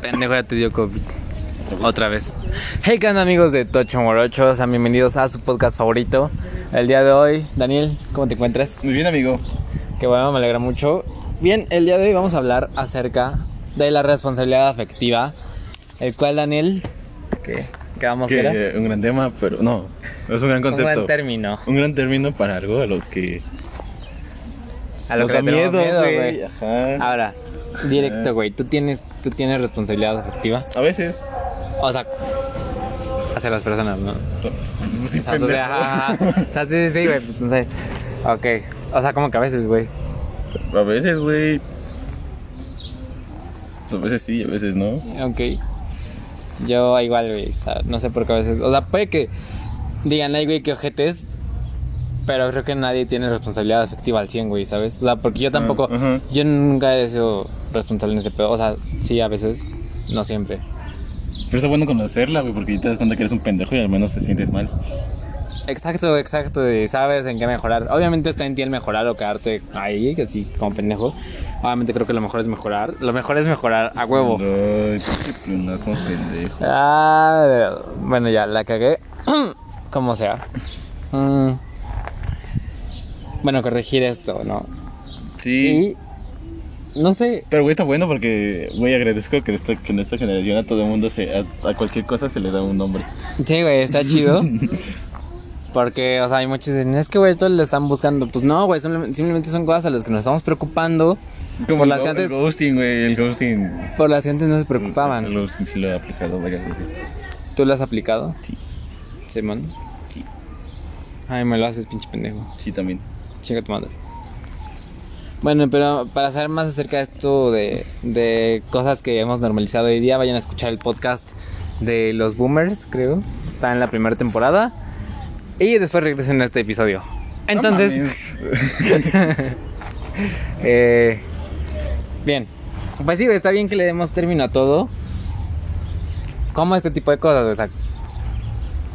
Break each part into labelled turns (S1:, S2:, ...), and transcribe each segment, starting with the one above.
S1: Pendejo, ya te dio COVID. Otra vez. Hey, ¿qué onda, amigos de Tocho Morocho? Sean bienvenidos a su podcast favorito. El día de hoy, Daniel, ¿cómo te encuentras?
S2: Muy bien, amigo.
S1: Qué bueno, me alegra mucho. Bien, el día de hoy vamos a hablar acerca de la responsabilidad afectiva. El cual, Daniel,
S2: ¿Qué?
S1: que vamos a ver.
S2: Que un gran tema, pero no. Es un gran
S1: Un
S2: concepto.
S1: buen término.
S2: Un gran término para algo a lo que.
S1: A lo
S2: nos
S1: que
S2: da
S1: le tenemos miedo, güey.
S2: Ajá.
S1: Ahora, directo, güey. ¿Tú tienes, ¿Tú tienes responsabilidad afectiva?
S2: A veces.
S1: O sea, hacia las personas, ¿no?
S2: Sí,
S1: O sea, tú de,
S2: pendejo.
S1: ajá, ajá. O sea, sí, sí, sí, güey, pues no sé. Ok. O sea, como que a veces, güey.
S2: A veces, güey. A veces sí, a veces no.
S1: Ok. Yo igual, güey. O sea, no sé por qué a veces. O sea, puede que digan, ay, güey, que ojetes. Pero creo que nadie tiene responsabilidad afectiva al 100, güey, ¿sabes? O sea, porque yo tampoco.
S2: Ah, ajá.
S1: Yo nunca he sido responsable en ese pedo. O sea, sí, a veces. No siempre.
S2: Pero está bueno conocerla, güey, porque te das cuenta que eres un pendejo y al menos te sientes mal.
S1: Exacto, exacto, y sabes en qué mejorar. Obviamente está en ti el mejorar o quedarte ahí, que así como pendejo. Obviamente creo que lo mejor es mejorar. Lo mejor es mejorar a huevo.
S2: Ay, qué plumas como pendejo.
S1: Ah, bueno, ya la cagué. como sea. Mm. Bueno, corregir esto, ¿no?
S2: Sí.
S1: Y no sé,
S2: Pero, güey, está bueno porque, güey, agradezco que, esto, que en esta generación a todo el mundo, se, a, a cualquier cosa se le da un nombre.
S1: Sí, güey, está chido. Porque, o sea, hay muchos que dicen, es que, güey, todos le están buscando. Pues no, güey, simple- simplemente son cosas a las que nos estamos preocupando. por,
S2: el
S1: las
S2: go-
S1: que antes,
S2: El ghosting, güey, el ghosting.
S1: por las que antes no se
S2: El
S1: preocupaban.
S2: ghosting sí lo he aplicado varias veces.
S1: ¿Tú lo has aplicado?
S2: Sí.
S1: Simón.
S2: Sí.
S1: Ay, me lo haces, pinche pendejo.
S2: Sí, también.
S1: Chinga tu madre. Bueno, pero para saber más acerca de esto, de, de cosas que hemos normalizado hoy día, vayan a escuchar el podcast de los boomers, creo. Está en la primera temporada. Y después regresen a este episodio. Entonces...
S2: No mames.
S1: Eh, bien. Pues sí, güey, está bien que le demos término a todo. Como este tipo de cosas, güey, o sea,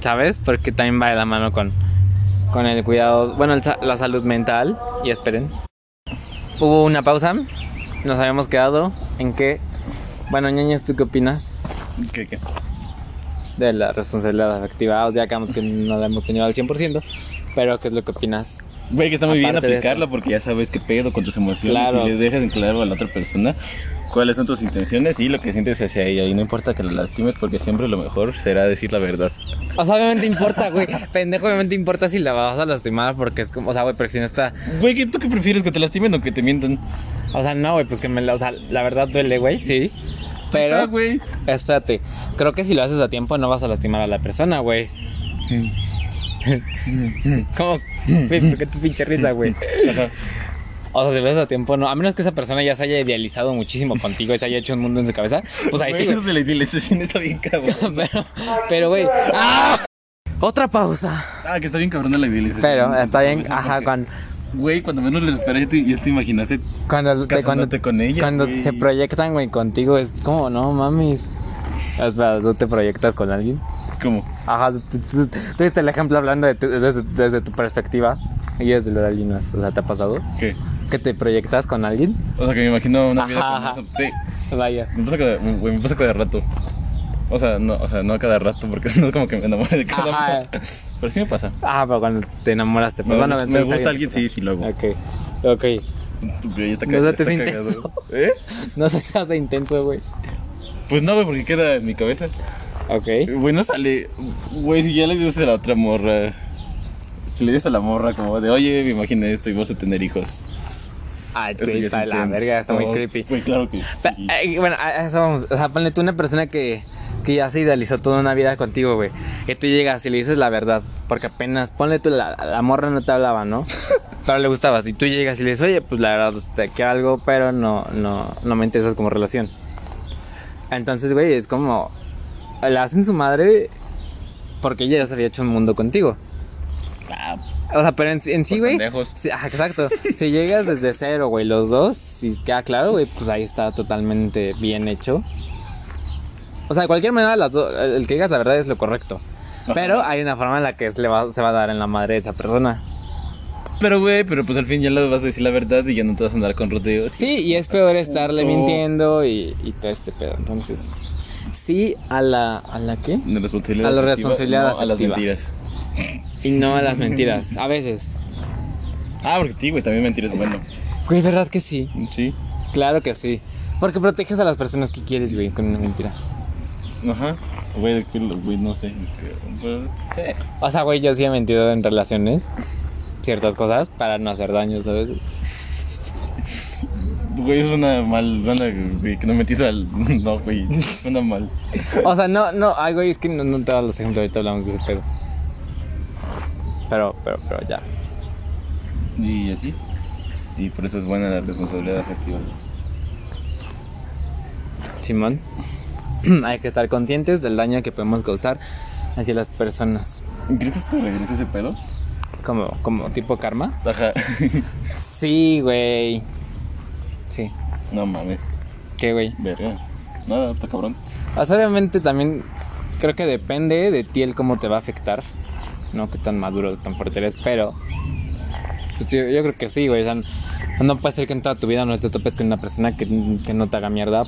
S1: ¿sabes? Porque también va de la mano con, con el cuidado, bueno, el sa- la salud mental. Y esperen. Hubo una pausa, nos habíamos quedado en que, bueno, ñañez, ¿tú qué opinas
S2: ¿Qué, qué?
S1: de la responsabilidad afectiva? O sea, acabamos que no la hemos tenido al 100%, pero ¿qué es lo que opinas?
S2: Güey, que está muy bien
S1: Aparte de
S2: aplicarla porque ya sabes qué pedo con tus emociones
S1: Claro.
S2: y le dejas en claro a la otra persona cuáles son tus intenciones y lo que sientes hacia ella. Y no importa que la lastimes porque siempre lo mejor será decir la verdad.
S1: O sea, obviamente importa, güey. Pendejo, obviamente importa si la vas a lastimar porque es como, o sea, güey, pero si no está.
S2: Güey, ¿qué- ¿tú qué prefieres? ¿Que te lastimen o que te mientan?
S1: O sea, no, güey, pues que me la. O sea, la verdad duele, güey, sí. Pero.
S2: Ah, güey.
S1: Espérate, creo que si lo haces a tiempo no vas a lastimar a la persona, güey. Mm. ¿Cómo? Güey, ¿por qué tu pinche risa, güey?
S2: Ajá.
S1: O sea, si lo haces a tiempo, no. A menos que esa persona ya se haya idealizado muchísimo contigo y se haya hecho un mundo en su cabeza. Pues ahí sí,
S2: Güey,
S1: güey.
S2: eso de la idealización está bien cabrón.
S1: Pero, pero, güey. ¡Ah! Otra pausa.
S2: Ah, que está bien cabrón la idealización.
S1: Pero está bien,
S2: Porque,
S1: ajá, con.
S2: Güey, cuando menos lo esperas ya te, ya te imaginaste.
S1: Cuando, te, cuando,
S2: Casándote con ella,
S1: cuando
S2: güey.
S1: se proyectan, güey, contigo es como, no mames. Espera, ¿tú te proyectas con alguien?
S2: ¿Cómo?
S1: Ajá, tú, tú- tú diste el ejemplo hablando de tu- desde, desde tu perspectiva y desde lo de alguien más. O sea, ¿te ha pasado?
S2: ¿Qué?
S1: ¿Que te proyectas con alguien?
S2: O sea, que me imagino una vida
S1: Ajá,
S2: con
S1: ajá.
S2: esa- Sí,
S1: Vaya.
S2: me pasa, cada, güey, me pasa cada rato. O sea, no, o sea, no a cada rato, porque no es como que me enamore de cada
S1: Ajá.
S2: uno. Pero sí me pasa.
S1: Ah, pero cuando te enamoraste. Pues
S2: me
S1: bueno,
S2: me
S1: entonces
S2: gusta
S1: está
S2: alguien,
S1: bien.
S2: sí, sí lo hago.
S1: Ok, ok.
S2: Güey, está
S1: No
S2: ca-
S1: se te
S2: está
S1: hace
S2: cagado.
S1: intenso.
S2: ¿Eh?
S1: No se te hace intenso, güey.
S2: Pues no, güey, porque queda en mi cabeza.
S1: Ok.
S2: Güey, no sale. Güey, si ya le dices a la otra morra. Si le dices a la morra como de, oye, me imaginé esto y vas a tener hijos.
S1: Ay,
S2: Eso ya
S1: güey,
S2: Ah, es
S1: está de la
S2: intenso.
S1: verga, está muy
S2: No,
S1: creepy.
S2: Güey, claro que
S1: Pe-
S2: sí.
S1: eh, bueno, a a eso vamos. O sea, ponle tú una persona que, que ya se idealizó toda una vida contigo, güey. Que tú llegas y le dices la verdad. Porque apenas, ponle tú, la, la morra no te hablaba, ¿no? Pero le gustabas. Y tú llegas y le dices, oye, pues la verdad, te quiero algo, pero no, no, no me interesas como relación. Entonces, güey, es como. La hacen su madre porque ella ya se había hecho un mundo contigo. eh,
S2: Ah,
S1: O sea, pero en, en sí,
S2: Por
S1: güey.
S2: pendejos.
S1: sí, ajá, exacto. Si llegas desde cero, güey, los dos, si queda claro, güey, pues ahí está totalmente bien hecho. O sea, de cualquier manera, las do- el el que digas la verdad es lo correcto. Pero hay una forma en la que se le va, se va a dar en la madre de esa persona.
S2: Pero, güey, pero pues al fin ya le vas a decir la verdad y ya no te vas a andar con rodeos.
S1: Sí, y es peor estarle
S2: Puto.
S1: mintiendo y, y todo este pedo. Entonces, sí a la... ¿A la qué?
S2: De responsabilidad
S1: A la
S2: afectiva,
S1: responsabilidad
S2: no a las
S1: afectiva.
S2: mentiras.
S1: Y no a las mentiras, a veces.
S2: Ah, porque sí, güey, también mentir es bueno.
S1: Güey, ¿verdad que sí?
S2: Sí.
S1: Claro que sí. Porque proteges a las personas que quieres, güey, con una mentira.
S2: Ajá. Güey, que lo- güey, no sé. que- pues, pero- Sí.
S1: O sea, güey, yo sí he mentido en relaciones. Ciertas cosas para no hacer daño, ¿sabes?
S2: Güey, suena mal, suena, güey, que no metiste al... No, güey, suena mal.
S1: O sea, no, no, ay, güey, es que no, no te das los ejemplos, ahorita hablamos de ese pedo. Pero, pero, pero ya.
S2: Y así. Y por eso es buena la responsabilidad afectiva.
S1: Simón, hay que estar conscientes del daño que podemos causar hacia las personas.
S2: ¿Crees que se te regresa ese pelo?
S1: Como, como tipo karma.
S2: Ajá.
S1: Sí, güey. Sí.
S2: No mames,
S1: ¿Qué, güey?
S2: verga. Nada, está cabrón.
S1: O sea, obviamente Ah, también creo que depende de ti el cómo te va a afectar. No que tan maduro, tan fuerte eres, pero. pues, yo, yo creo que sí, güey. O sea, no puede ser que en toda tu vida no te topes con una persona que, que no te haga mierda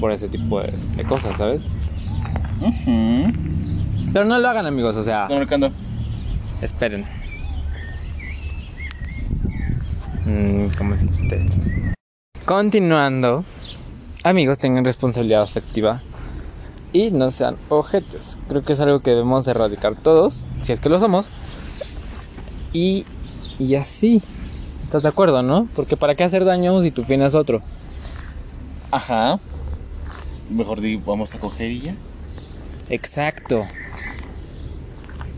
S1: por ese tipo de, de cosas, ¿sabes?
S2: Ujú.
S1: Pero no lo hagan, amigos, o sea,
S2: Está marcando.
S1: esperen. Mm, ¿Cómo se dice esto? Continuando, amigos, tengan responsabilidad afectiva y no sean ojetes. Creo que es algo que debemos erradicar todos, si es que lo somos. Y, y así. ¿Estás de acuerdo, no? Porque ¿para qué hacer daño si tu fin es otro?
S2: Ajá. Mejor di, vamos a coger y ya.
S1: Exacto.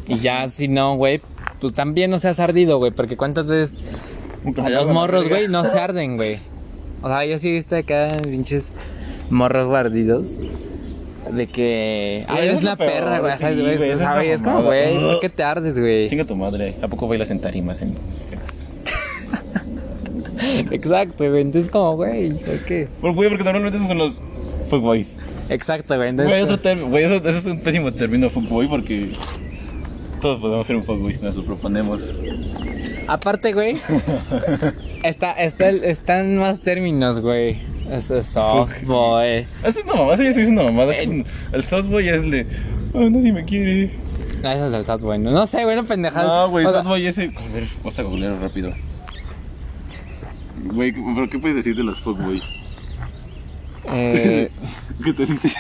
S1: Y ya, si no, güey, pues también no seas ardido, güey, porque cuántas veces A los morros, güey, no se arden, güey. O sea, yo sí he visto acá pinches morros guardidos. De que.
S2: Güey,
S1: Ay,
S2: eso
S1: eres
S2: es lo
S1: la
S2: peor,
S1: perra, güey.
S2: sí,
S1: ¿sabes?
S2: güey,
S1: güey,
S2: eso es una
S1: ¿sabes? Es como,
S2: mamada.
S1: güey, ¿por qué te ardes, güey?
S2: Chinga tu madre. ¿A poco bailas en tarimas? En...
S1: Exacto, güey. Entonces, como, güey, ¿por qué?
S2: Bueno, güey, porque normalmente esos son los fuckboys.
S1: Exacto, güey.
S2: Güey, otro
S1: Entonces,
S2: término, güey, eso, eso es un pésimo término fuckboy porque todos podemos ser un fuckboy si nos lo proponemos.
S1: aparte, güey, está, está, el- están más términos, güey. Eso es soft, güey.
S2: Eso es una mamada, eso ya se me hizo una mamada. que es un- el softboy es el de, oh, nadie me quiere.
S1: No, eso es el soft, güey. No sé, güey, no pendejadas.
S2: No, güey,
S1: O sea,
S2: softboy ese. A ver, vamos a googlearlo rápido. Güey, ¿pero qué puedes decir de los fuckboy?
S1: eh,
S2: Que te dice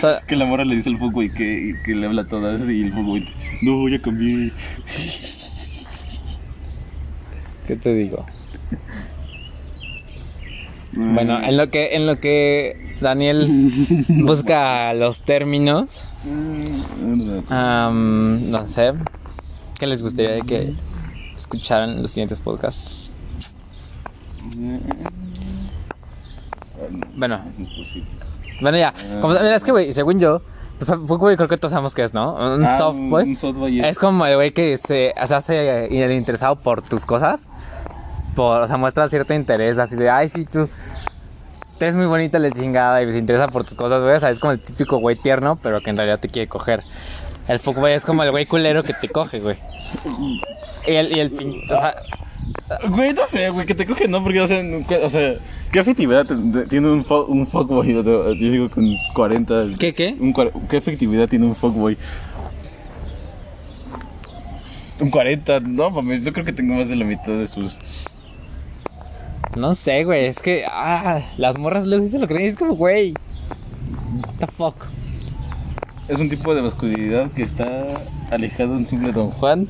S1: so-
S2: que la mora le dice al fuckboy que, que le habla a todas y el fuckboy, no, ya cambié.
S1: ¿Qué te digo?
S2: Mm,
S1: Bueno, en lo que, en lo que Daniel busca los términos,
S2: mm,
S1: am, no sé, ¿qué les gustaría que escucharan en los siguientes podcasts? Bueno, bueno ya, como, mira, es que, güey, según yo, pues, fuckboy creo que todos sabemos qué es, ¿no? Un
S2: Ah,
S1: softboy.
S2: Un softboy
S1: Es como el güey que se, o sea, se hace el interesado por tus cosas. Por, o sea, muestra cierto interés, así de, ay, sí, tú. Te es muy bonita la chingada y se interesa por tus cosas, güey. O sea, es como el típico güey tierno, pero que en realidad te quiere coger. El fuckboy es como el güey culero que te coge, güey. Y el, y el pin- o sea,
S2: Güey, no sé, güey, que te coge, ¿no? Porque, o sea, nunca- o sea ¿qué efectividad te- te- tiene un, fo- un fuckboy? O sea, yo digo con 40...
S1: ¿Qué, qué?
S2: un cuar- ¿Qué efectividad tiene un fuckboy? Un 40, no mames, yo creo que tengo más de la mitad de sus...
S1: no sé, güey. Es que, ah, las morras luego sí se lo creen. y Es como, güey. What the fuck.
S2: Es un tipo de masculinidad que está alejado de un simple don Juan.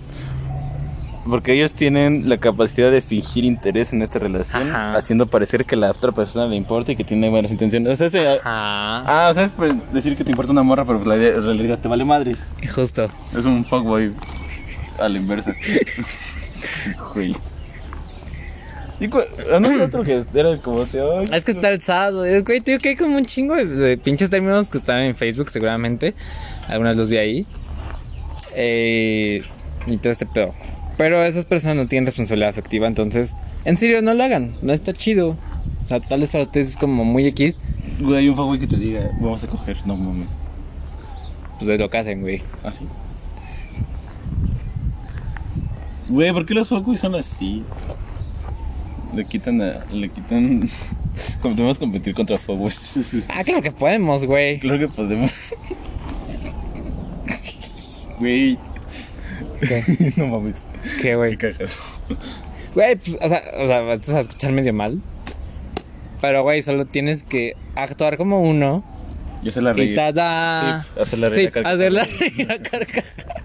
S2: Porque ellos tienen la capacidad de fingir interés en esta relación,
S1: Ajá.
S2: haciendo parecer que la otra persona le importa y que tiene buenas intenciones. O sea, se-
S1: Ah,
S2: Ah, o sea, es por decir que te importa una morra, pero la idea- en realidad te vale madres.
S1: justo.
S2: Es un fuckboy a la inversa. Güey. Y cu- ¿a no había otro que era como de, "Ay,
S1: Es que está alzado, eh, güey, tío, que hay como un chingo de, de pinches términos que están en Facebook seguramente. Algunas los vi ahí. Eh, y todo este pedo. Pero esas personas no tienen responsabilidad afectiva, entonces, en serio, no lo hagan, no está chido. O sea, tal vez para ustedes es como muy X,
S2: Güey, hay un fuckboy que te diga, vamos a coger, no mames. ¿Ah,
S1: pues es lo que hacen, güey.
S2: Así. Güey, ¿por qué los Focus son así? Le quitan a, le quitan. Como tenemos que competir contra Focus.
S1: Ah, claro que podemos, güey.
S2: claro que podemos. Güey,
S1: ¿Qué?
S2: no mames.
S1: ¿Qué,
S2: Qué
S1: güey?
S2: cagas.
S1: Güey, pues, o sea, o sea, vas a escuchar medio mal. Pero, güey, solo tienes que actuar como uno.
S2: Yo se la reí.
S1: Y tada.
S2: Sí, hacerle reír a carcajada.
S1: hacerle reír a carcajada.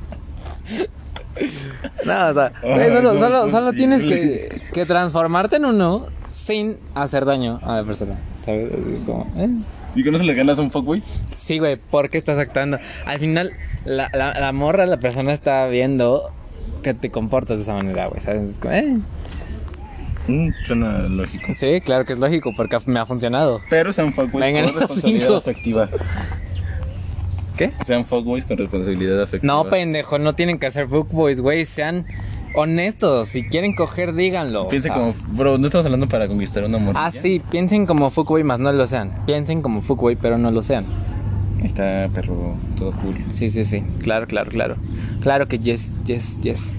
S1: No, o sea, güey,
S2: Ay,
S1: solo,
S2: no,
S1: solo, solo
S2: imposible.
S1: tienes que, que transformarte en uno sin hacer daño a la persona. ¿Sabes? Es como, ¿eh?
S2: ¿Y que no se les ganas a un fuckboy?
S1: Sí, güey, ¿por qué estás actuando? Al final, la, la, la morra, la persona está viendo que te comportas de esa manera, güey, ¿sabes? Es como, ¿eh?
S2: Mm, suena lógico.
S1: Sí, claro que es lógico, porque me ha funcionado.
S2: Pero sean fuckboys
S1: Vengan
S2: con
S1: esos
S2: responsabilidad
S1: cinco.
S2: afectiva.
S1: ¿Qué?
S2: Sean fuckboys con responsabilidad afectiva.
S1: No, pendejo, no tienen que hacer boys, güey, sean honestos. Si quieren coger, díganlo.
S2: Piense
S1: Ah.
S2: como, bro, no estamos hablando para conquistar una morra.
S1: Ah, sí, piensen como fuckboy, más no lo sean. Piensen como fuckboy, pero no lo sean.
S2: Ahí está, perro, todo cool.
S1: Sí, sí, sí. Claro, claro, claro. Claro que yes, yes, yes.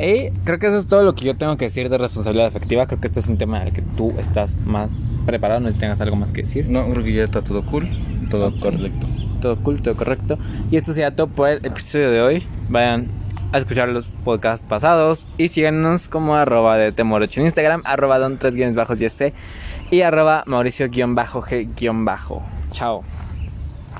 S1: Y creo que eso es todo lo que yo tengo que decir de responsabilidad afectiva. Creo que este es un tema en el que tú estás más preparado, no sé si tengas algo más que decir.
S2: No, creo que ya está todo cool, todo
S1: Ok.
S2: correcto.
S1: Todo cool, todo correcto. Y esto sería todo por el episodio de hoy. Vayan a escuchar los podcasts pasados y síganos como arroba de temorocho en Instagram, este, arroba don tres guiones bajos y y arroba mauricio guión bajo g guión bajo. Chao.